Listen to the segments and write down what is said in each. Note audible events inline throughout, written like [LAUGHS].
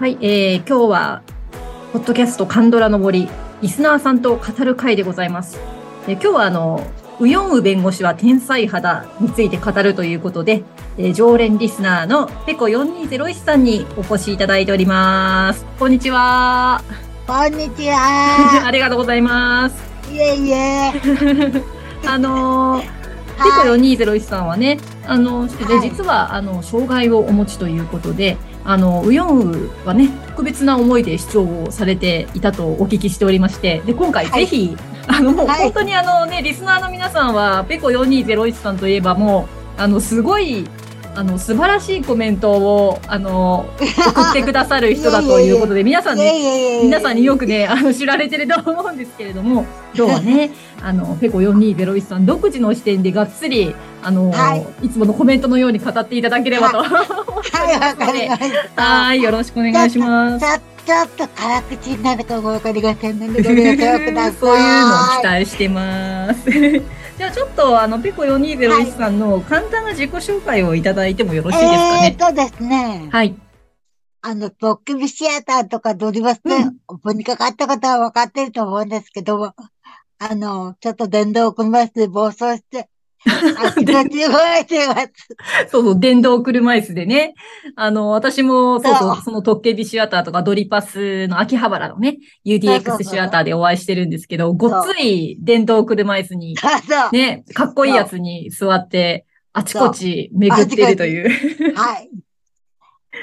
はい、えー、今日は、ポッドキャストカンドラの森、リスナーさんと語る会でございます。えー、今日は、あの、ウヨンウ弁護士は天才肌について語るということで、えー、常連リスナーのペコ4201さんにお越しいただいております。こんにちは。こんにちは。ありがとうございます。 [LAUGHS] いえいえ。あのー、ペコ4201さんはね、あの、で、実は、あの、障害をお持ちということで、あの、ウヨンウはね、特別な思いで視聴をされていたとお聞きしておりまして、で、今回ぜひ、はい、あの、もう本当にあのね、はい、リスナーの皆さんは、ペコ4201さんといえばもう、あの、すごい、あの、素晴らしいコメントを、あの、送ってくださる人だということで、皆さんね、皆さんによくね、あの、知られてると思うんですけれども、今日はね、あの、ペコ4201さん独自の視点でがっつり、あの、はい、いつものコメントのように語っていただければと思いますので、はい、よろしくお願いします。ちょっと辛口になるかもわかりませんので、ご了承ください。そういうのを期待してます。じゃあちょっと、あの、ペコ4201さんの簡単な自己紹介をいただいてもよろしいですかね。えー、そうですね。はい。あの、ドッキリシアターとかドリバスで、お盆にかかった方はわかってると思うんですけども、あの、ちょっと電動車椅子で暴走して、。[LAUGHS] そうそう、電動車椅子でね。あの、私も、そうそう、そのトッケビシアターとかドリパスの秋葉原のね、UDX シアターでお会いしてるんですけど、ごっつい電動車椅子に、ね、かっこいいやつに座って、あちこち巡ってるというはい。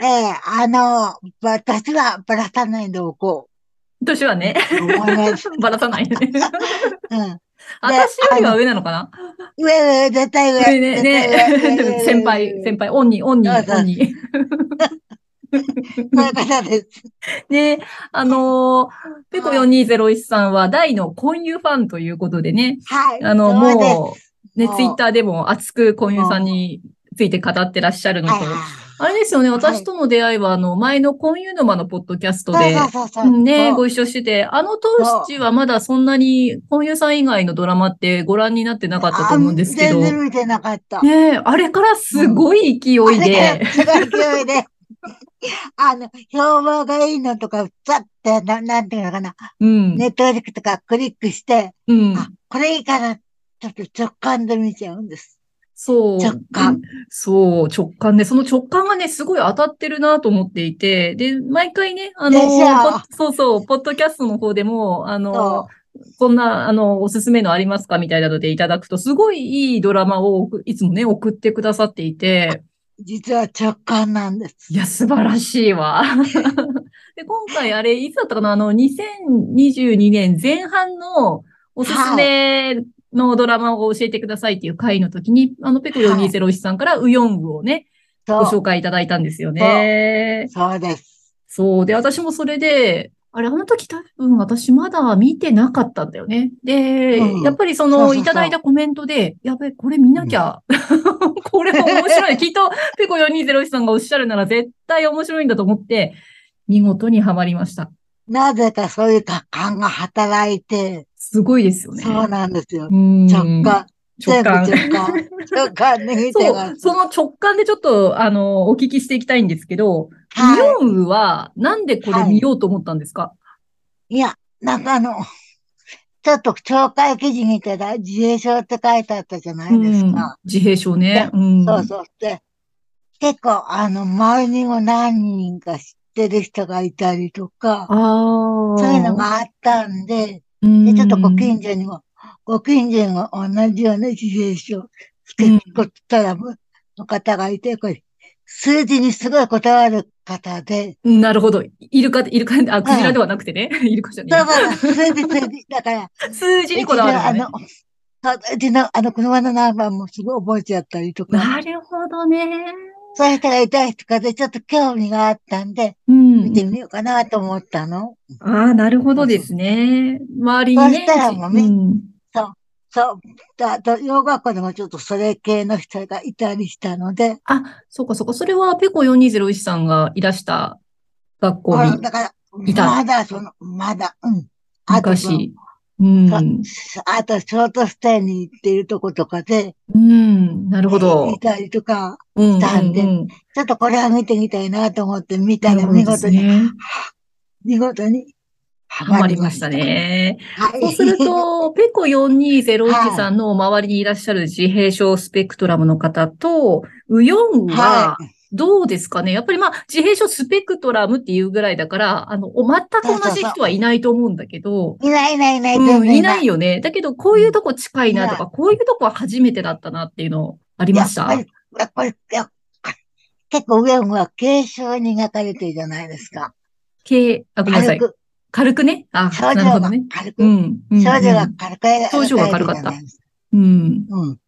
ええー、あの、私はばらさないでおこう。年はね、 [LAUGHS] ばらさないね。うん私よりは上なのかな上、上、絶対上。上ね、ね、 [LAUGHS] 先輩、先輩、オンに、オンに、オンに。そういう方です。ね、あのー、ペコ4201さんは大の婚友ファンということでね。はい。あの、もう、ね、ツイッターでも熱く婚友さんについて語ってらっしゃるのと、あれですよね、私との出会いは、あの、前の婚友沼のポッドキャストで、ね、ご一緒してて、あの当時はまだそんなに婚友さん以外のドラマってご覧になってなかったと思うんですけど。全然見てなかった。ねあれからすごい勢いで。すごい勢いで。 [LAUGHS] あの、評判がいいのとか、ざってな、なんていうのかな。うん。ネットフリックとかクリックして、うん。あ、これいいかな。ちょっと直感で見ちゃうんです。そう。直感。 [LAUGHS] そう、直感で、その直感がね、すごい当たってるなと思っていて、で、毎回ね、あの、そうそう、ポッドキャストの方でも、あの、こんな、あの、おすすめのありますかみたいなのでいただくと、すごいいいドラマをいつもね、送ってくださっていて。実は直感なんです。いや、素晴らしい [LAUGHS] わ。で今回、あれ、いつだったかなあの、2022年前半のおすすめ、はいのドラマを教えてくださいっていう回の時に、あの、ペコ4201さんからウヨンウをね、はい、ご紹介いただいたんですよね。そうです。そう。で、私もそれで、あれ、あの時多分私まだ見てなかったんだよね。で、うん、やっぱりその、いただいたコメントで、やべ、これ見なきゃ、うん、 [LAUGHS] これも面白い。きっと、ペコ4201さんがおっしゃるなら絶対面白いんだと思って、見事にはまりました。なぜかそういう感感が働いて、すごいですよね。そうなんですよ。直感。直感。直感。 [LAUGHS] 直感ね。、その直感でちょっと、あの、お聞きしていきたいんですけど、はい、イオンウはなんでこれ見ようと思ったんですか、はいいや、なんかあの、ちょっと紹介記事見たら自閉症って書いてあったじゃないですか。自閉症ね。うん、そうそう。で、結構あの、周りにも何人か知ってる人がいたりとか、そういうのがあったんで、で、ちょっとご近所にも、ご近所にも同じような自閉症、スケッチコトラムの方がいて、これ、数字にすごいこだわる方で。なるほど。イルカ、イルカ、あ、クジラではなくてね。イルカじゃねえ。だから、数字、数字。だから。 [LAUGHS] 数字にこだわる、ね。あの、うちの、あの、車のナンバーもすごい覚えちゃったりとか。なるほどね。そういう人がいたりとかで、ちょっと興味があったんで、うん、見てみようかなと思ったの。ああ、なるほどですね。周りに、ね。そしたらもうみ、うん、そう、そう、あと、洋学校でもちょっとそれ系の人がいたりしたので。あ、そうかそうか。それはペコ4201さんがいらした学校にいた。だから、まだその、まだ、うん。昔。うん。あと、ショートステイに行っているとことかで、うん、なるほど。いたりとかしたんで、うんうんうん、ちょっとこれは見てみたいなと思って見たら見事に、ね、見事にハマりましたね。はい、そうする [LAUGHS] と、ペコ4201さんの周りにいらっしゃる自閉症スペクトラムの方と、ウヨンは、どうですかねやっぱりまあ、自閉症スペクトラムっていうぐらいだから、あの、全く同じ人はいないと思うんだけど。いないいないいない、うん、いないよね。だけど、こういうとこ近いなとか、こういうとこは初めてだったなっていうのありましたやっぱり、やっぱり、結構ウヨンは軽症に描かれてるじゃないですか。軽、あ、ごめんなさい。軽くね。あ、症状が軽く。ね、うん、うん。症状が軽く。症状が軽かった。うん。うん。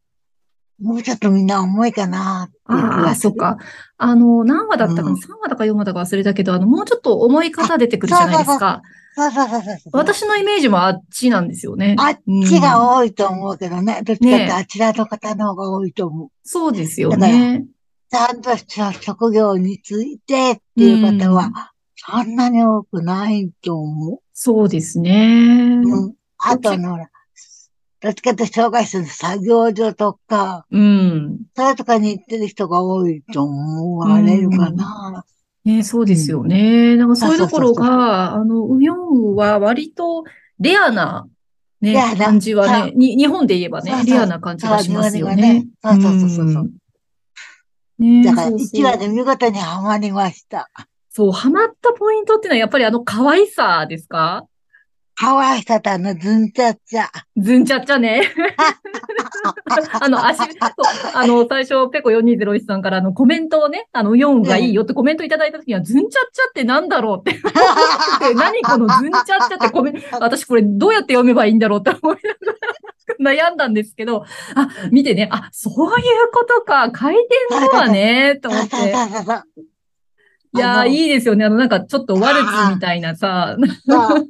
もうちょっとみんな重いかなああ、そっか。あの、何話だったか、うん、3話だか4話だか忘れたけど、あの、もうちょっと重い方出てくるじゃないですか。そうそうそうそう私のイメージもあっちなんですよね。あっちが多いと思うけどね。うん、どっちかってあちらの方の方が多いと思う。ね、そうですよね。ちゃんとした職業についてっていう方は、うんそんなに多くないと思う。そうですね。うん。あとの、ほら、どっちかって障害者の作業所とか、うん。それとかに行ってる人が多いと思われるかな。うん、ね、そうですよね。な、うんかそういうところが、あの、ウヨンは割とレアな、ね、感じはね、に日本で言えばねそうそう、レアな感じがしますよね。そう、ね、そうそうそう。うん、ね、だから1話で見事にハマりました。そう、ハマったポイントっていうのはやっぱりあの可愛さですか可愛さとあのズンチャッチャ。ズンチャッチャね。あの、足、あの、最初、ペコ4201さんからあのコメントをね、あの、4がいいよってコメントいただいたときには、うん、ズンチャッチャってなんだろうって何このズンチャッチャってコメント、私これどうやって読めばいいんだろうって思いながら悩んだんですけど、あ、見てね、あ、そういうことか、回転のはね、と思って。 [LAUGHS] [LAUGHS] いやー、いいですよね。あの、なんか、ちょっとワルツみたいなさ。あの、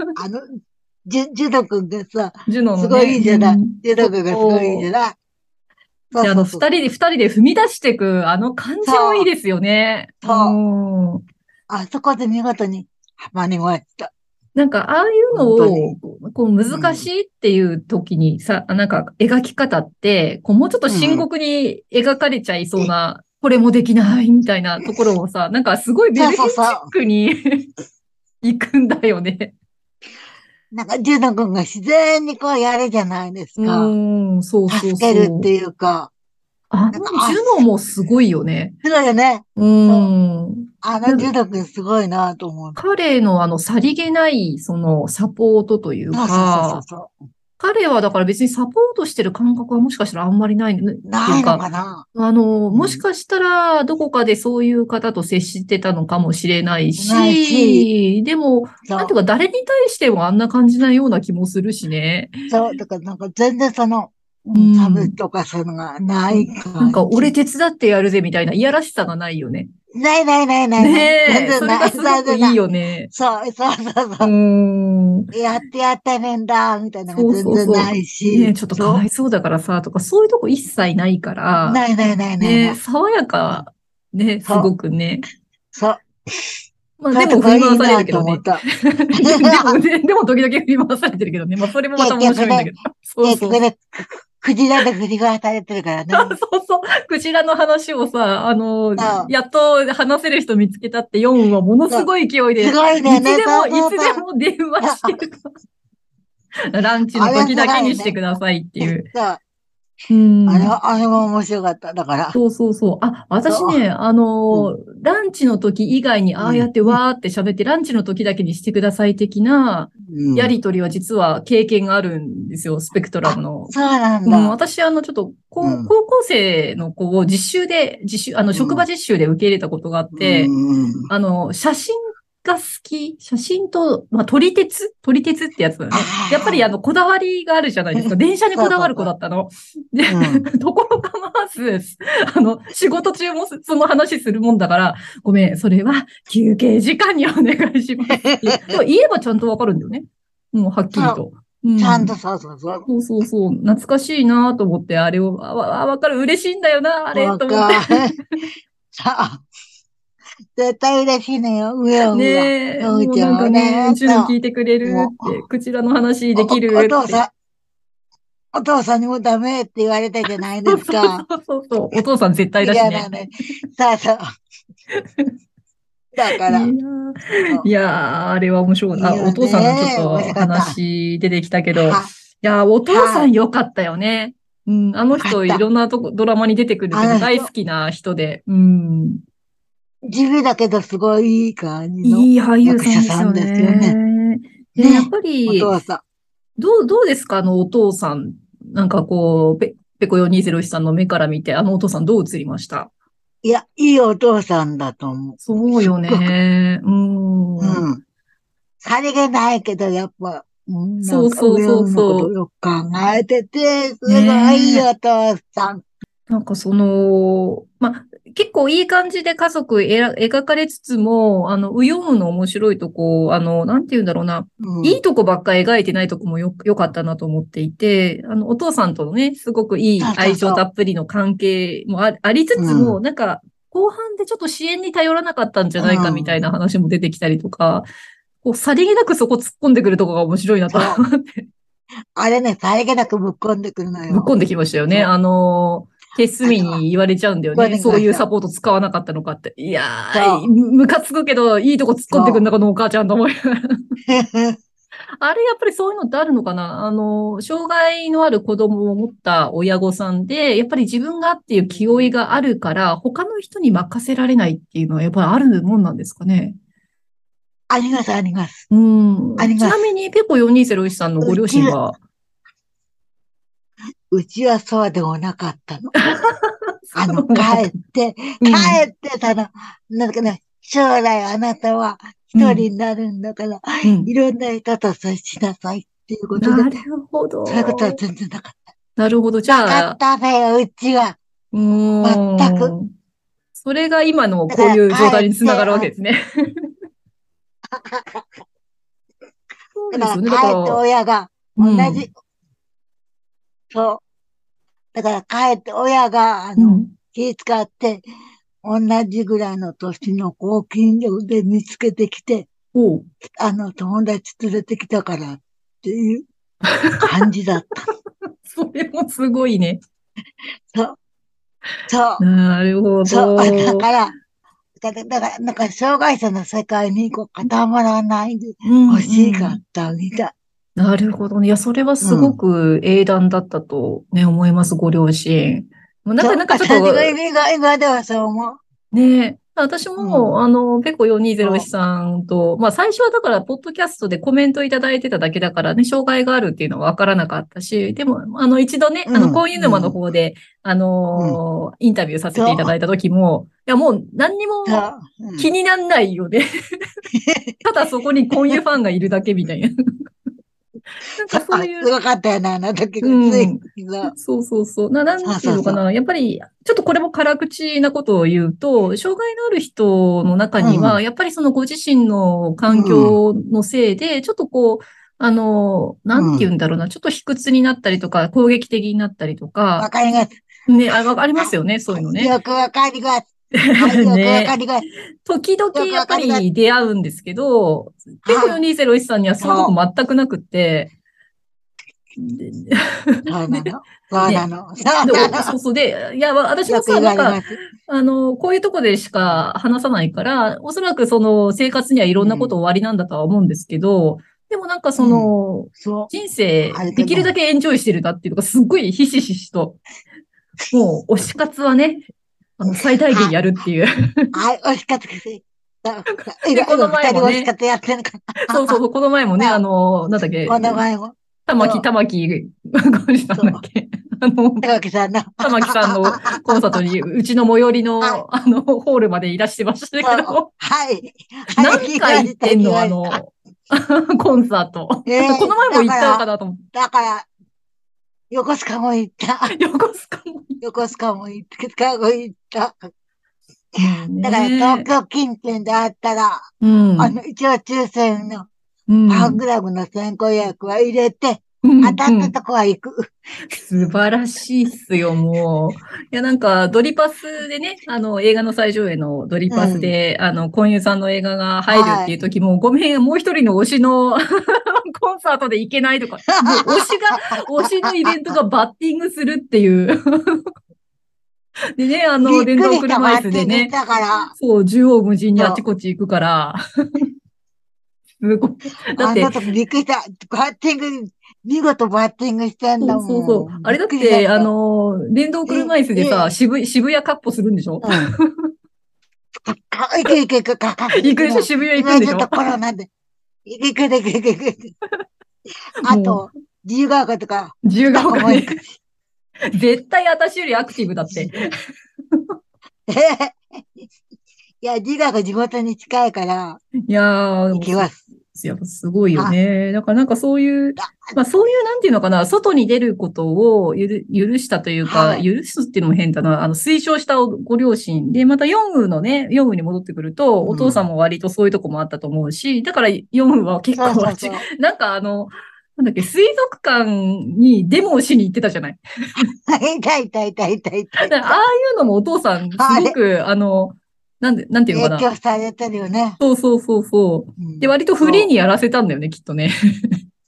ジュ、ジュノ君がさ、ジュノの、ね、すごいいいじゃない。ジュノ君がすごいいいじゃない。で、あの、二人で、二人で踏み出していく、あの感じもいいですよね。そう。うあそこで見事にハマりました。なんか、ああいうのを、こう、難しいっていう時にさ、うん、なんか、描き方って、こう、もうちょっと深刻に描かれちゃいそうな、うんこれもできないみたいなところをさ、なんかすごいベルギーチックに [LAUGHS] 行くんだよね。、なんか、ジュノ君が自然にこうやるじゃないですか。うんそうそうそう。助けるっていうか。あの、ジュノもすごいよね。すごいよね。うん。あの、ジュノ君すごいなと思う。彼のあの、さりげない、その、サポートというか。そうそうそうそう彼はだから別にサポートしてる感覚はもしかしたらあんまりない、ね。ないのかなあの、もしかしたらどこかでそういう方と接してたのかもしれないし、ないしでも、なんていうか誰に対してもあんな感じないような気もするしね。そう、だからなんか全然その、サブとかそういうのがないか、なんか俺手伝ってやるぜみたいないやらしさがないよね。ないないないない。ねえ、それがすごくいいよね。そう、そうそうそう。うんやってやったねんだ、みたいなのが全然ないし。ねちょっとかわいそうだからさ、とか、そういうとこ一切ないから。ないないないないね爽やか、ね、すごくね。そう。まあ、でも振り回されるけどね。 [LAUGHS] でも、でも時々振り回されてるけどね。まあ、それもまた面白いんだけど。そうそう。クジラで振り回されてるからね。 [LAUGHS] そうそう。クジラの話をさ、あの、やっと話せる人見つけたって4はものすごい勢いで。すごいね。いつでも、いつでも電話して [LAUGHS] る。ランチの時だけにしてくださいっていう。うん、あれは、あれは面白かった。だから。そうそうそう。あ、私ね、あの、うん、ランチの時以外に、ああやってわーって喋って、うん、ランチの時だけにしてください的な、やりとりは実は経験があるんですよ、スペクトラムの。そうなんだ。私、あの、ちょっと、高校生の子を実習で、実習、あの、職場実習で受け入れたことがあって、あの、写真が好き、写真と、まあ、撮り鉄撮り鉄ってやつだよね。 [LAUGHS] やっぱりあの、こだわりがあるじゃないですか。電車にこだわる子だったの。で、うん、 [LAUGHS] ところがまず、あの、仕事中もその話するもんだから、ごめん、それは休憩時間にお願いします。 [LAUGHS] 言えばちゃんとわかるんだよね。もうはっきりと。うん、ちゃんとそうそうそう。そうそうそう。懐かしいなと思って、あれ [LAUGHS] を、あ、わかる、嬉しいんだよな、あれ、と思って。さあ。絶対嬉しいのよ、うようねえ、ようもうちゃなんんはかね、ね。うちのそう聞いてくれるもって、こちらの話できるっおて。お父さん、お父さんにもダメって言われたじゃないですか。 [LAUGHS] そうそうそう。お父さん絶対だし嫌ねな。ね。そうそう。だから、いやーいやー、あれは面白い。あ、いいよねお父さんのちょっ面白とかった話出てきたけど、いはやー、お父さん良かったよね。うん、あの人良いかったろんなとこ、ドラマに出てくるけあのど人大好きな人で、うん、地味だけどすごいいい感じのいい俳優さんですよ役者さんですよね。でねやっぱおり、父さどう、どうですかあのお父さん、なんかこう、ペ、ペコ4201さんの目から見て、あのお父さんどう映りましたん。いや、いいお父さんだと思う。そうよね。うん。うん。さりげないけど、やっぱ、うんそうそうそうそうなんか上のことよく考えてて、すごいねえお父さん。なんかその、まあ、結構いい感じで家族えら描かれつつも、あの、ウヨンウの面白いとこ、あの、なんて言うんだろうな、うんいいとこばっか描いてないとこもよ、良かったなと思っていて、あの、お父さんとのね、すごくいいそうそうそう愛情たっぷりの関係もあありつつも、なんか、後半でちょっと支援に頼らなかったんじゃないかうんみたいな話も出てきたりとか、こう、さりげなくそこ突っ込んでくるとこが面白いなとそ思って、あれね、さりげなくぶっこんでくるのよ。ぶっこんで [LAUGHS] きましたよね。そうあの、手すみに言われちゃうんだよぶっこんね。できそましたういうサポート使わなかったのかって。いやそー、うむむかつくけど、いいとこ突っ込んでくるんだ、このお母ちゃんと思いながら [LAUGHS] あれ、やっぱりそういうのってあるのかなあの、障害のある子供を持った親御さんで、やっぱり自分がっていう気負いがあるから、他の人に任せられないっていうのは、やっぱりあるもんなんですかね。あります、あります。うん。ありちますなみに、ペコ4201さんのご両親は、うちはそうでもなかっ [LAUGHS] たの。あの、帰って、う帰んってたの。なんかね、将来あなたは一人になるんだから、うんいろんな人と接しなさいっていうことでな、るほど。そういうことは全然なかっなるほど。じた。なゃかあっ、たのよ、うちは。うーん全く。それが今のこういう状態につながるわけ [LAUGHS] ですね。そうだですかよね。ら、帰だから、って親が、う同んじ。そう。だから、帰って親が、あうの、ん気遣って、同じぐらいの年の子を近所で見つけてきて、おうあの、友達連れてきたからって [LAUGHS] いう感じだった。それもすごいね。そう。そう。なるほそど。う。だから、だから、だからなんか障害者の世界にこう固まらないでうん欲しかったみたい。なるほどね。いや、それはすごく英断だったとね、思います、ご両親。もうなんそか、うなんかちょっ私と、が今今ではそう思う。ねえ。私も、うあの、ペコ4201さんと、まあ最初はだから、ポッドキャストでコメントいただいてただけだからね、障害があるっていうのはわからなかったし、でも、あの、一度ね、あうの、んこういう沼の方で、あのー、インタビューさせていただいた時も、いや、もう何にもそう。うん気になんないよ [LAUGHS] ね。ただそこにこういうファンがいるだけみたいな。なんかそういあすう、ごかったよな、あの時うのんついそ [LAUGHS] そううそうそう。な、なんそうていそううのかそな。やっぱり、ちょっとこれも辛口なことを言うと、障害のある人の中には、うやっぱりそのご自身の環境のせいで、ちょっとこう、あの、なんて言うんだろうな、ちょっと卑屈になったりとか、攻撃的になったりとわか、かります。ね、あわかありますよね、そういうのね。よくわかります。はい、よくわねかり [LAUGHS] ます。時々やっぱよくわかりり出会うんですけど、ペコ4201さんにはそんなこと全くなくって、でそうなの。そうなの。そうでおなそうそうで、いや、わ私の。よもくさ、言なわんれか、ます。あの、こういうとこでしか話さないから、おそらくその生活にはいろんなこと終わりなんだとは思うんですけど、でもなんかその、そ人生あれかなできるだけエンジョイしてるなっていうのがすっごいひしひしと、もう推し活はね、あの最大限やるっていう。う。はい、惜しかったです。 [LAUGHS] そういろいこのろ二前人もね惜しかったやってるかそうそうそう、この前もね、はいあの、なんだっけら。、この前も。玉そ木、う玉木、ごじさんだっけ。あの、高木さんの。玉木さんのコンサートに、うちの最寄りの、はいあの、ホールまでいらしてましたけそど。はい。 [LAUGHS] 何回行ってんのあはい言のわれた、 [LAUGHS] コンサート。え [LAUGHS] ーこの前も行ったのかなと思って。だから、横須賀も行った。横須賀も行っ横須賀も行った。行った。たんね。だから、東京近辺であったら、うん。あの、一応抽選のうんファンクラブの先行予約は入れて、うん当たったとこは行く。素晴らしいっすよ、もう。いや、なんか、ドリパスでね、あの、映画の最上映のドリパスで、あの、婚友さんの映画が入るっていう時も、ごめん、もう一人の推しの [LAUGHS] コンサートで行けないとか、もう推しが、推しのイベントがバッティングするっていう。でね、あの、びっ電くり動した車バ椅ッテ子でィングねし、たから、そう、縦横無尽にあちこち行くから。すごい。だあっんてな、とこびっくりした。バッティング、見事バッティングしてんだそも。うんそうそう。あれだっびくりて、したあ、の、電動車椅子でえさ、え渋い渋谷カッポするんでしょうん。かか行く行く行く、かか行くでしょ渋谷行くんでし今ょちょっとコロナで。行く行く行く行く行く。あもと、自由が丘とか、自由が [LAUGHS] 丘もうね。行く。絶対私よりアクティブだって。えへへいや、自由が丘地元に近いから、いやー、行きます。やっぱすごいよね。だからなんかそういう、まあそういうなんていうのかな、外に出ることをゆる許したというかは、い許すっていうのも変だな、あの、推奨したご両親で、またヨンウのね、ヨンウに戻ってくると、うんお父さんも割とそういうとこもあったと思うし、だからヨンウは結そう構そあうっちそう。なんかあの、なんだっけ、水族館にデモをしに行ってたじゃない。いたいたいたいたいただ。からああいうのもお父さん、すごく、あの、なんで、なんていうの影かな。響されてるよね。そうそうそうそう。うんで、割とフリーにやらせたんだよね、きっとね。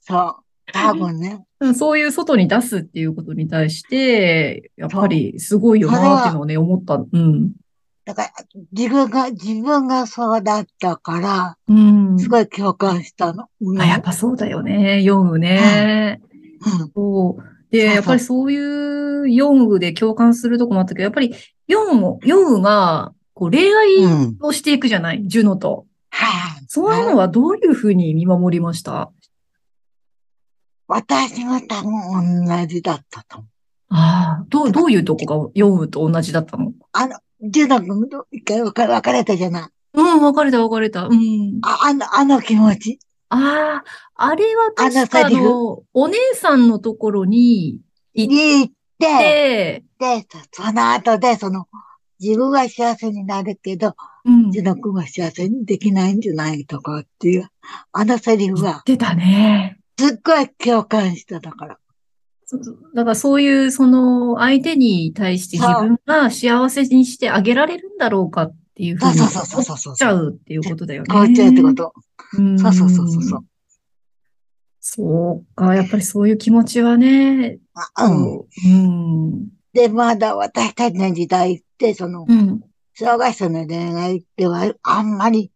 そう。多分ね。うんそういう外に出すっていうことに対して、やっぱりすごいよなっていうのをね、思った。うん。だから、自分が、自分がそうだったから、うん。すごい共感したの。うん。あ、やっぱそうだよね。ヨンウね。うそう。んそうそで、うやっぱりそういうヨンウで共感するとこもあったけど、やっぱりヨンウも、ヨンウが、こう、恋う愛ん。をしていくじゃない、ジュノと。はい。そういうのはどういうふうに見守りました私も多分同じだったと思う。ああ、どう、どういうとこがヨンウと同じだったのあの、ジュナ君と一回別れ別れたじゃない。うん、別れた別れた。うん。あ、あの、あの気持ち。ああ、あれはあの確かあセリフの、お姉さんのところに行っに行って、て、で、その後で、その、自分は幸せになるけど、うん、ジュ言ナ君は幸せにできないんじゃないとかっていう、あのセリフっは、てたね。すっごい共感しただから。そそだからそういう、その、相手に対して自分が幸せにしてあげられるんだろうかっていうふうそうにそう思そうっそうそうちそゃう。うっていうことだよね。変わっちゃうってこと。そうそうそうそうそう。そうか、やっぱりそういう気持ちはね、あううん。ん。うん。で、まだ私たちの時代って、その、うん。障害者の恋愛ってはあんまり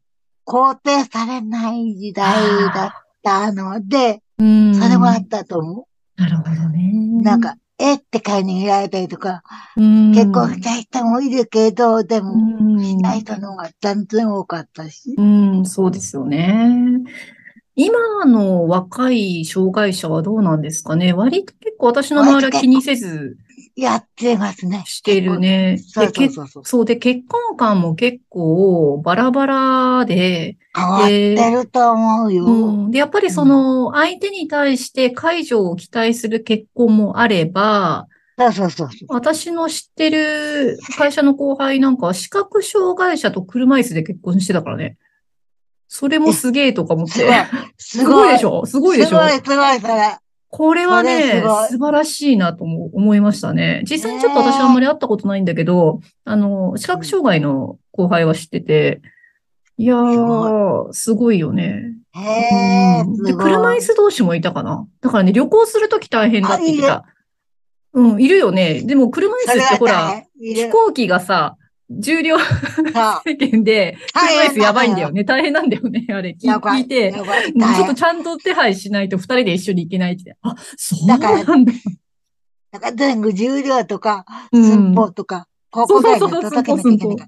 肯定されない時代だったので、うん。それはあったと思なるほどね。う。なんか、えって買いにられたりとか、うん、結婚したい人もいるけど、でうも、ん、しない人の方が断然多かったし。うん、そうですよね。今の若い障害者はどうなんですかね。割と結構私の周りは気にせずやってますね。してるね。で、そうそう結そうそう。そうで、結婚観も結構バラバラで、変わってると思うよ。うん、で、やっぱりその相手に対して解除を期待する結婚もあれば、そうそうそうそう。私の知ってる会社の後輩なんかは視覚障害者と車椅子で結婚してたからね。それもすげえとか思っすごてい。。 [LAUGHS] すすごごいい。でしょすごいでしょすごい、すごい、それ。これはそれねすご、い素晴らしいなとも思いましたね。実際にちょっとねえ私はあんまり会ったことないんだけど、あの、視覚障害の後輩は知ってて、いやすー、すごいよね。へえ、うんすで、ごい。車椅子同士もいたかな。だからね、旅行するとき大変だって言ってた。うん、いるよね。でも車椅子それってはほら、大変い飛る。行機がさ、重量そう。制限で、車椅子やばいんだよね。大変なんだよね。あれ、聞やば聞い。いて。やばい。もうちょっ大と変。ちゃんと手配しないと二人で一緒に行けないって。あ、そうなだからんだ。だから全部重量とか、うん寸法とか、ここぐらいの届けなきゃいけないか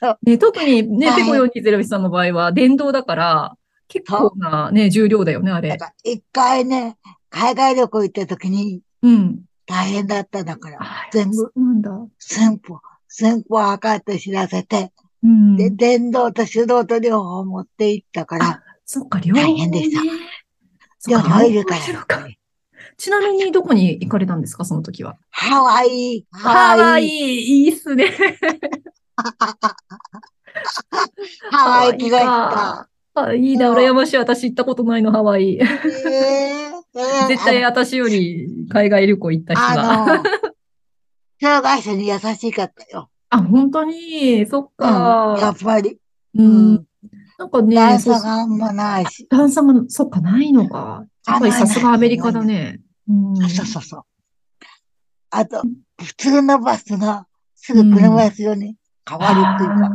ら。ね、特にね、はいペコ420さんの場合は電動だから、結構なね、重量だよね、あだれ。から一回ね、海外旅行行った時にうん。大変だっただから、あ全部そうなんだ。寸法、寸法測って知らせて、うん。で、電動と手動と両方持って行ったから、そっか、両方、ね。大変でしたそ両っか。方いるか両方いるらか。ちなみに、どこに行かれたんですか、その時は。ハワイ、ハハワワイ、イ、いいっすね。ハワイ来ました。か。あ、いいな、そう羨ましい。私行ったことないの、ハワイ。ええ、え絶対私より海外旅行行った人が。障害者に優しかったよ。あ、本当に、そっか、うん。やっぱり。うん。なんかね、段差があんまないし。段差が、そっか、ないのか。やっぱりさすがアメリカだね。うん、そうそうそう。あと、普通のバスが、すぐ車椅子用に変わるっていうか。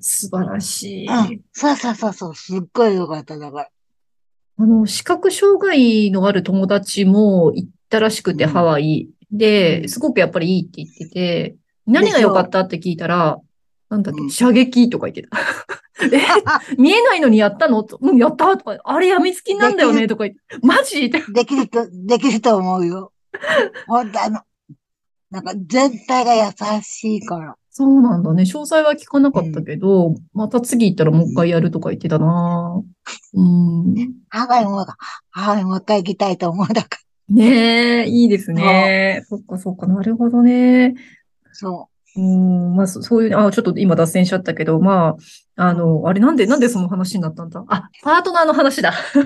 素晴らしい。うん。そうそうそうそう。すっごい良かっただから。あの、視覚障害のある友達も行ったらしくて、うん、ハワイ。で、すごくやっぱりいいって言ってて、何が良かったって聞いたら、なんだっけ、射撃とか言ってた。 [LAUGHS] え見えないのにやったのうん、やったとか、あれやみつきなんだよねとか言って、マジ [LAUGHS] できると、できると思うよ。ほんとあの、なんか全体が優しいから。そうなんだね。詳細は聞かなかったけど、うん、また次行ったらもう一回やるとか言ってたなうん。。ハワイも、ハワイもう一回行きたいと思うだからねえ、いいですね。そっかそっか、なるほどね。。そううん、まあそういう、あ、ちょっと今脱線しちゃったけど、まあ、あの、あれなんで、なんでその話になったんだあ、パートナーの話だ。 [LAUGHS]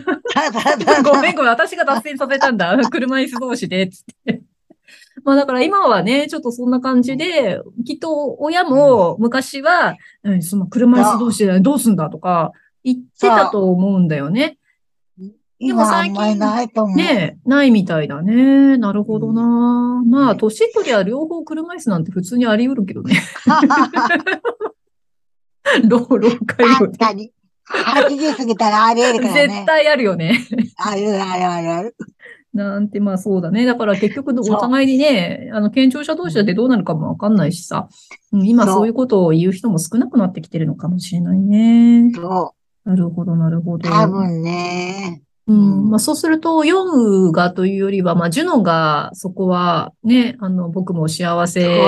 ごめんごめん、私が脱線させたんだ。 [LAUGHS] 車椅子同士で、つって。 [LAUGHS] まあだから今はね、ちょっとそんな感じで、きっと親も昔は、うん、その車椅子同士でどうすんだとか言ってたと思うんだよね。でも最近、ね、ないみたいだね。なるほどな。まあ、年取りは両方車椅子なんて普通にあり得るけどね。 [LAUGHS] 老、老化用。確かに。80過ぎたらあり得るからね。絶対あるよね。あるあるあるある。なんて、まあそうだね。だから結局、お互いにね、あの、健常者同士だってどうなるかもわかんないしさ、うん、今そういうことを言う人も少なくなってきてるのかもしれないね。。そうなるほど、なるほど。多分ね。うん、まあそうすると、ヨウがというよりは、まあ、ジュノが、そこは、ね、あの、僕も幸せ、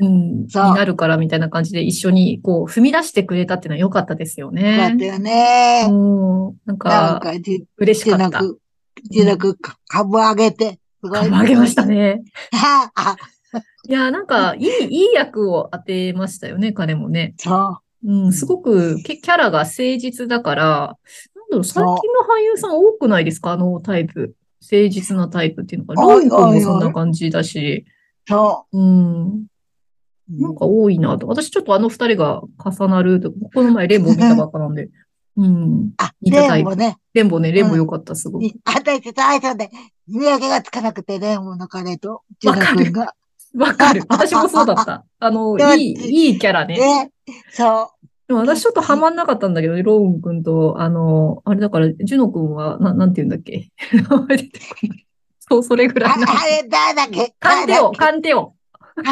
うん、になるからみたいな感じで一緒にこう踏み出してくれたっていうのは良かったですよね。だったよね。うん。なんか、嬉しかった。自力株上げて、すごい。株上げましたね。いや、なんか、いい、いい役を当てましたよね、彼もね。。そううん、すごく、キャラが誠実だから、なんだろう、最近の俳優さん多くないですかあのタイプ。誠実なタイプっていうのか、ロイ君もそんな感じだし。。そううん。なんか多いなと。私ちょっとあの二人が重なると、この前レンボ見たばっかなん [LAUGHS] で。うん。あ、レンボね。レンボね、レンボ良かった、すごい。あたいちょっと相性で、見分けがつかなくて、レンボの彼と、ジュナ君が。わ [LAUGHS] かる。私もそうだった。あの、 [LAUGHS] いい、いいキャラね。ね。そう。でも私ちょっとハマんなかったんだけど、ローン君と、あの、あれだから、ジュノ君は、ななんて言うんだっけ。そう、それぐらいの。あれ、誰だっけカンテオ、カンテオ。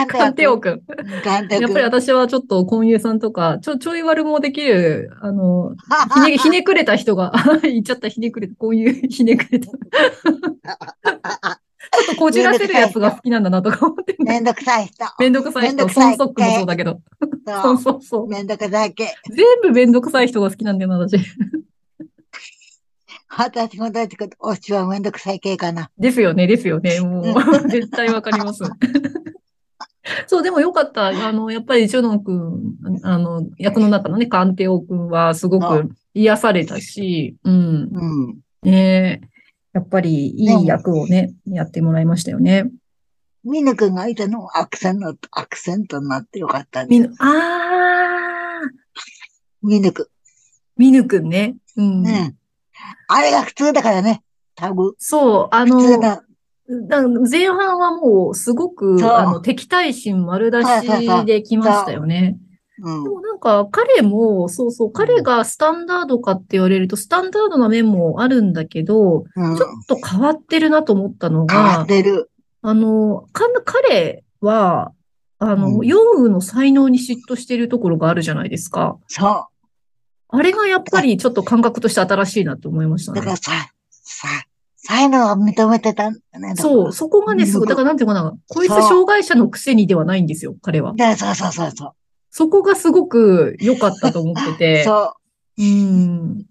カンテオ君。カンテオ君。やっぱり私はちょっと、婚友さんとか、ちょ、ちょい悪もできる、あの、ひ [LAUGHS] ね、ひねくれた人が、言っちゃったひねくれた、こういうひねくれた。ちょっとこじらせるやつが好きなんだなとか思って。めんどくさい人。 [LAUGHS] めんどくさい人。ソンソックもそうだけど。そうそうそう。めんどくさい系。全部めんどくさい人が好きなんだよな、私。私もどっちか、推しはめんどくさい系かな。ですよね、ですよね。もう、 [LAUGHS] 絶対わかります。そう、でもよかった。あの、やっぱり、ジュノン君、あの、役の中のね、カンテオ君はすごく癒されたし、うん。うん。ねえ。やっぱり、いい役をね、やってもらいましたよね。ミヌ君がいたのアクセント、アクセントになってよかったミヌ、あー。ミヌ君。ミヌ君ね。うん。ね、あれが普通だからね、タグ。そう、あの、前半はもうすごくあの敵対心丸出しできましたよね。うん、でもなんか彼も、そうそう、彼がスタンダードかって言われると、スタンダードな面もあるんだけど、うん、ちょっと変わってるなと思ったのが、変わってる。あの、彼は、あの、うん、ヨウの才能に嫉妬してるところがあるじゃないですか。そう。あれがやっぱりちょっと感覚として新しいなと思いましたね。だからさ、さ、才能は認めてたんだね。そう、そこがね、すごい。だからなんていうかな、こいつ障害者のくせにではないんですよ、彼は。ね、そうそうそうそう。そこがすごく良かったと思って [LAUGHS] て。。そううん。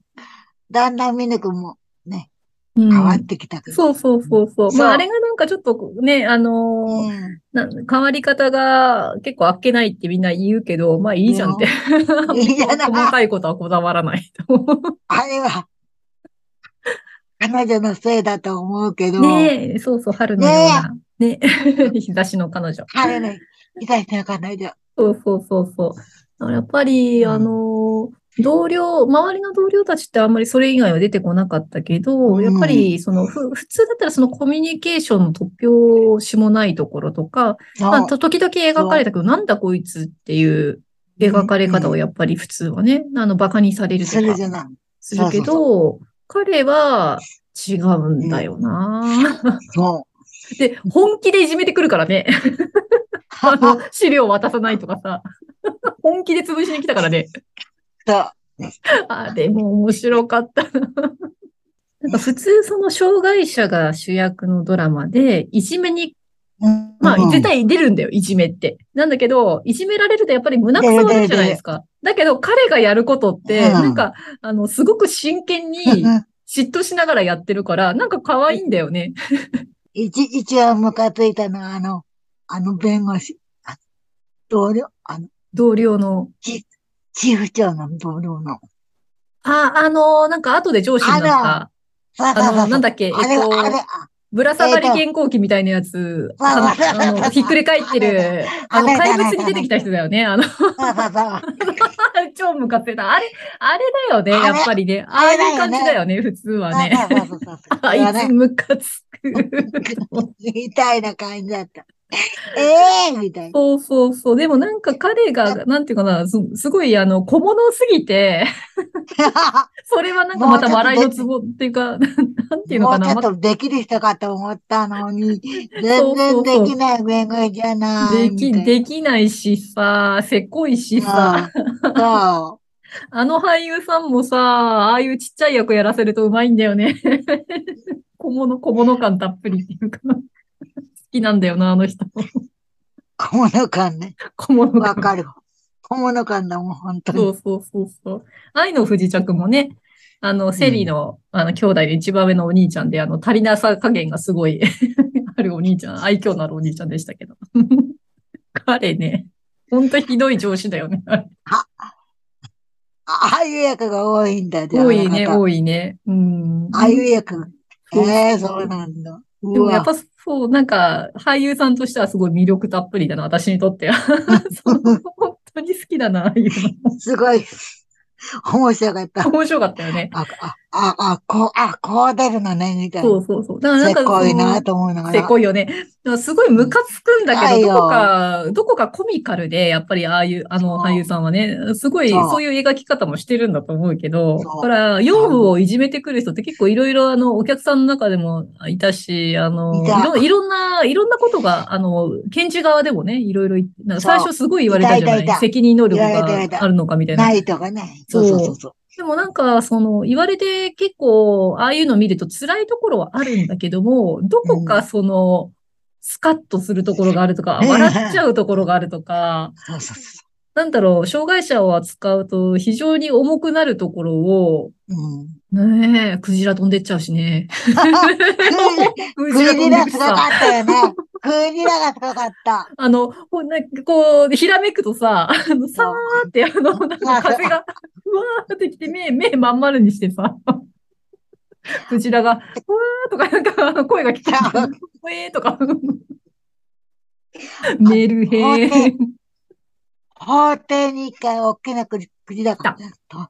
だんだんミネ君もね、変わってきた、うん、そうそうそうそう。そうまあ、あれがなんかちょっとね、あのーうん、な変わり方が結構あっけないってみんな言うけど、まあいいじゃんって。 [LAUGHS] いいじゃない。細かいことはこだわらないと。あれは、彼女のせいだと思うけど。ねえ、そうそう、春のような。ね [LAUGHS] 日差しの彼女。春の、日差しの彼女。そうそうそうそう。だからやっぱり、あの、同僚、周りの同僚たちってあんまりそれ以外は出てこなかったけど、やっぱり、その、ふ、普通だったらそのコミュニケーションの突拍子もないところとか、まあ、と時々描かれたけど、なんだこいつっていう描かれ方をやっぱり普通はね、あの、馬鹿にされるとそれじゃかない。するけそうそうど、彼は違うんだよな、そう。で、本気でいじめてくるから [LAUGHS] ね。あの、資料渡さないとかさ。本気で潰しに来たからね。そうあ、でも面白か [LAUGHS] ったな。なんか普通その障害者が主役のドラマで、いじめに、うんまあ絶対出るんだよ、いじめって。なんだけど、いじめられるとやっぱり胸くそ悪いじゃないですか。だけど彼がやることって、うんなんか、あの、すごく真剣にうんうん嫉妬しながらやってるから、なんか可愛いんだよね。一、一応ムカついたのは、あの、あの弁護士、あ同僚、あの、同僚の。チーフ長の同僚の。あ、あの、なんか後で上司になった。ああの、なんだっけ、えっあれ、と、あれ、ぶら下がり健康期みたいなやつ、わあわの、あのひっくり返ってる、あの、あれ怪物に出てきた人だよね。あの、あ、そうそうそう。 [LAUGHS] 超ムカついた。あれ、あれだよね、あれやっぱりね。あああいれうだよね感じだよね、普通はね。そうそうそうそうあいつねムカつく。 [LAUGHS] みたいな感じだった。ええみたいな。そうそうそう。でもなんか彼が、なんていうかな、すすごい、あの、小物すぎて、 [LAUGHS] それはなんかまた笑いのツボっていうか、 [LAUGHS] なんていうのもかうちなょっ。とできる人かと思ったのに、そ全うそう然できない弁護士じゃない。でき、できないしさ、せこいしさ。うんそあの俳優さんもさ、ああいうちっちゃい役やらせるとうまいんだよね。 [LAUGHS] 小物、小物感たっぷりっていうか、 [LAUGHS] 好きなんだよな、あの人。う。小物感ね。 [LAUGHS] 小物わ感。かる。小物感だもん、本 [LAUGHS] 当そに。うそうそうそう。愛の不時着もね、あの、セリの、あの、兄弟で一番上のお兄ちゃんで、あの、足りなさ加減がすごい [LAUGHS] あるお兄ちゃん、愛嬌のあるお兄ちゃんでしたけど。 [LAUGHS] 彼ね、ほんとひどい上司だよね。ああいう役が多いんだ、じゃあ多いね、あなた多いね。うん。ああいう役。えそうそうえそうなんだ。でうもやっわ。ぱそう、なんか俳優さんとしてはすごい魅力たっぷりだな、私にと [LAUGHS] っては。そう本当に好きだな、ああいうすごい。面白かった [LAUGHS] の。。面白かったよね。あ、あ、あ、あ、こう、あ、こう出るのね、みたいそな。うそうそう。だからなんせかっこいそなのと思いながせら。っこいよね。だからすごいムカつくんだはけいど、よどこか、どこかコミカルで、やっぱりああいう、あのそう俳優さんはね、すごいそうそういう描き方もしてるんだと思うけど、そうほら、養父をいじめてくる人って結構いろいろ、あの、お客さんの中でもいたし、あの、いいたろいろんな、いろんなことが、あの、検事側でもね、いろいろ言って、なんか最初すごい言われたじゃないいたいたいた責任能力いたいたいがたあるのかみたいなな。いとかね。そそううそうそうそう。でもなんか、その、言われて結構、ああいうの見ると辛いところはあるんだけども、どこうかその、スカッとするところがあるとか、うん笑っちゃうところがあるとか、そうそうそなんだろう、障害者を扱うと非常に重くなるところを、[LAUGHS] う。うん。ねえ、クジラ飛んでっちゃうしね。 [LAUGHS] ククジラ飛ジんでラくすしごかさ。ったよね。クジラがすごかった。あの、こう、なんかこう、ひらめくとさ、 [LAUGHS] あの、さーって、あの、なんか風が、うわーってきて、目、目まん丸にしてさ、 [LAUGHS] クジラが、うわーとか、なんか、あの、声が聞こえて、うえーとか、メルヘー。法廷に一回大きなクジクジラが来と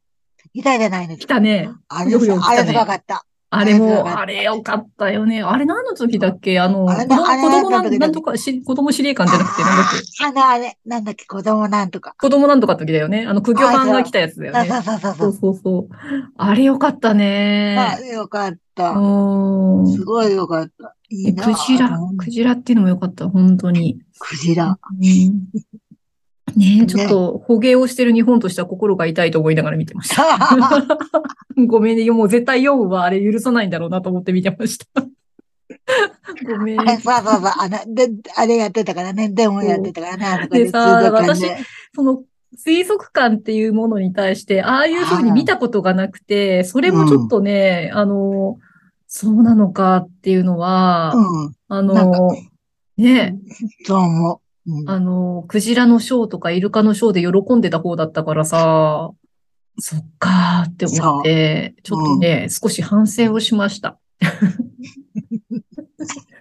いたじゃないです来か。たね。あれ、よくよく来あたねれすごかった。あれあれよも、かったあれよかったよね。あれ何の時だっけあの、あれ子供あれ子供なあれんなんとかし、子供司令官じゃなくて、なんだっけあの、あれ、なんだっけ、子供なんとか。子供なんとかの時だよね。あの、苦行さんが来たやつだよそうねそ。うそうそうそそうう。そうそう。あれよかったあね。よかっうた。ーんすごいよかった。いえいなクジラと思う、クジラっていうのもよかった、本当に。クジ [LAUGHS] ラ。うんねえ、ちょっと、捕鯨をしてる日本としては心が痛いと思いながら見てました。 [LAUGHS] ごめんね、もう絶対4はあれ許さないんだろうなと思って見てました。 [LAUGHS] ごめんあ。れそうそうそう。あの、で、あれやってたからね。デモやってたからね。あそこでさ水族館でその、水族館っていうものに対して、ああいうふうに見たことがなくて、それもちょっとね、あの、そうなのかっていうのは、うん。あなんのか、ねそう思う。うんあの、クジラのショーとかイルカのショーで喜んでた方だったからさ、そっかーって思って、ちょっとね、少し反省をしました。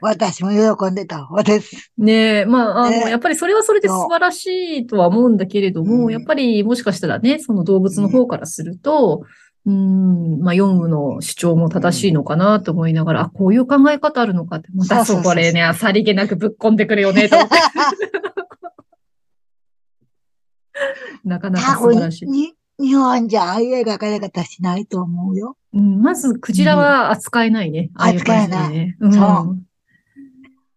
私も喜んでた方です。 [LAUGHS] ねえ、まあ、あの、やっぱりそれはそれで素晴らしいとは思うんだけれども、うん、やっぱりもしかしたらね、その動物の方からすると、うん、んまあ、ヨンウの主張も正しいのかなと思いながら、うん、あ、こういう考え方あるのかって、またそこでね、さりげなくぶっこんでくるよね、 [LAUGHS] と思って。なかなか素晴らしい。日本じゃああいう描かれ方しないと思うよ。うん、まず、クジラは扱えないね。うん、ああい扱えない。うん、そう。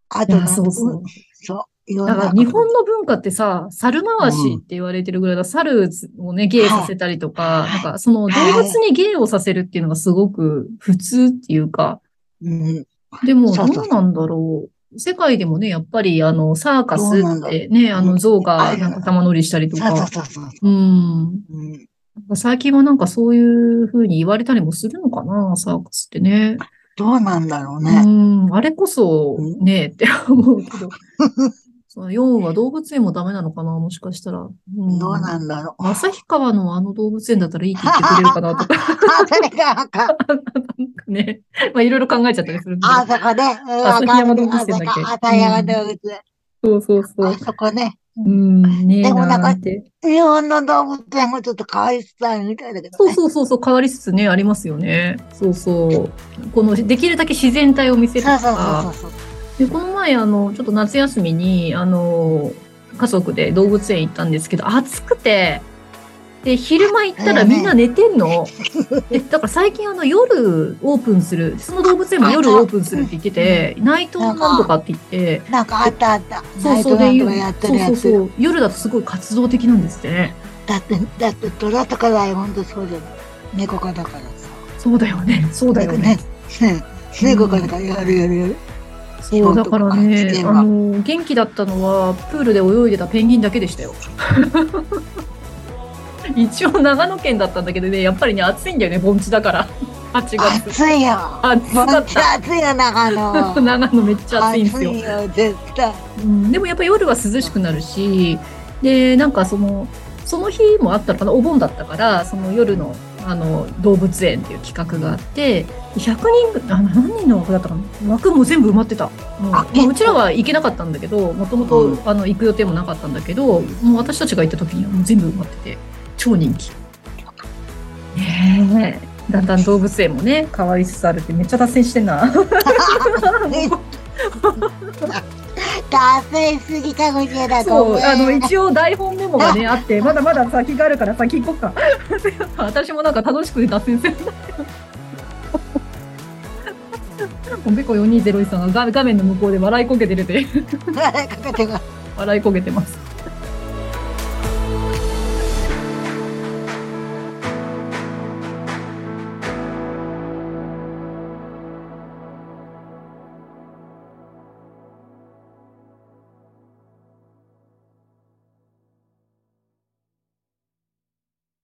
あと、そうそう。。そうだから日本の文化ってさ、猿回しって言われてるぐらいだ、うん、猿をね、芸させたりとか、はい、なんかその動物に芸をさせるっていうのがすごく普通っていうか、うん、でもどうなんだろう。世界でもね、やっぱりあの、サーカスってね、あの、象がなんか玉乗りしたりとか、うん。最近はなんかそういうふうに言われたりもするのかな、サーカスってね。どうなんだろうね。、うん、あれこそね、って思うけど。 [LAUGHS] その4は動物園もダメなのかなもしかしたら。うんどうなんだろう。旭川のあの動物園だったらいいって言ってくれるかなとか。 [LAUGHS] あ、それか、か。ね。まあ、いろいろ考えちゃったりするんだあそこね。旭山動物園だっけ。旭山動物園。そうそうそう。あそこね。うん、ねでもなんか、日本の動物園もちょっと変わりつつあるみたいだけど、ね、そうそうそうそう、変わりつつね、ありますよね。そうそう。この、できるだけ自然体を見せるとか。そうそうそうそうで、この前、あの、ちょっと夏休みに、あの、家族で動物園行ったんですけど、暑くて、で、昼間行ったらみんな寝てんの。え、ね、だから最近あの夜オープンする、その動物園も夜オープンするって言ってて、内藤なんとかって言って。なんかあったあった。そうそうで、そうそうそう。夜だとすごい活動的なんですってね。だって、だってドラとかだよ、ほんとそうじゃない。猫科だからさ。そうだよね、そうだよね。ね、猫科だからやるやるやる。そうだからね、あの元気だったのはプールで泳いでたペンギンだけでしたよ。 [LAUGHS] 一応長野県だったんだけどねやっぱりね暑いんだよね盆地だから8月暑いよ暑かった暑いよ長 [LAUGHS] 野長野めっちゃ暑いんですよ暑いよ絶対、うん、でもやっぱ夜は涼しくなるしでなんかそのその日もあったのかなお盆だったからその夜のあの動物園っていう企画があって100人あ何人の枠だったかな枠も全部埋まってた、うんまあ、うちらは行けなかったんだけどもともと行く予定もなかったんだけど、もう私たちが行った時にはもう全部埋まってて超人気。ねえ、だんだん動物園もね、変わりつつあるってめっちゃ達成してん [LAUGHS] な。達成すぎかもしれない。そう、あの一応台本メモがねあって、まだまだ先があるから先行こうか。 [LAUGHS] 私もなんか楽しくて達成す [LAUGHS] るんだけど。おべこ4201さんが画面の向こうで笑いこけてるで。笑いこけてます。笑いこけてます。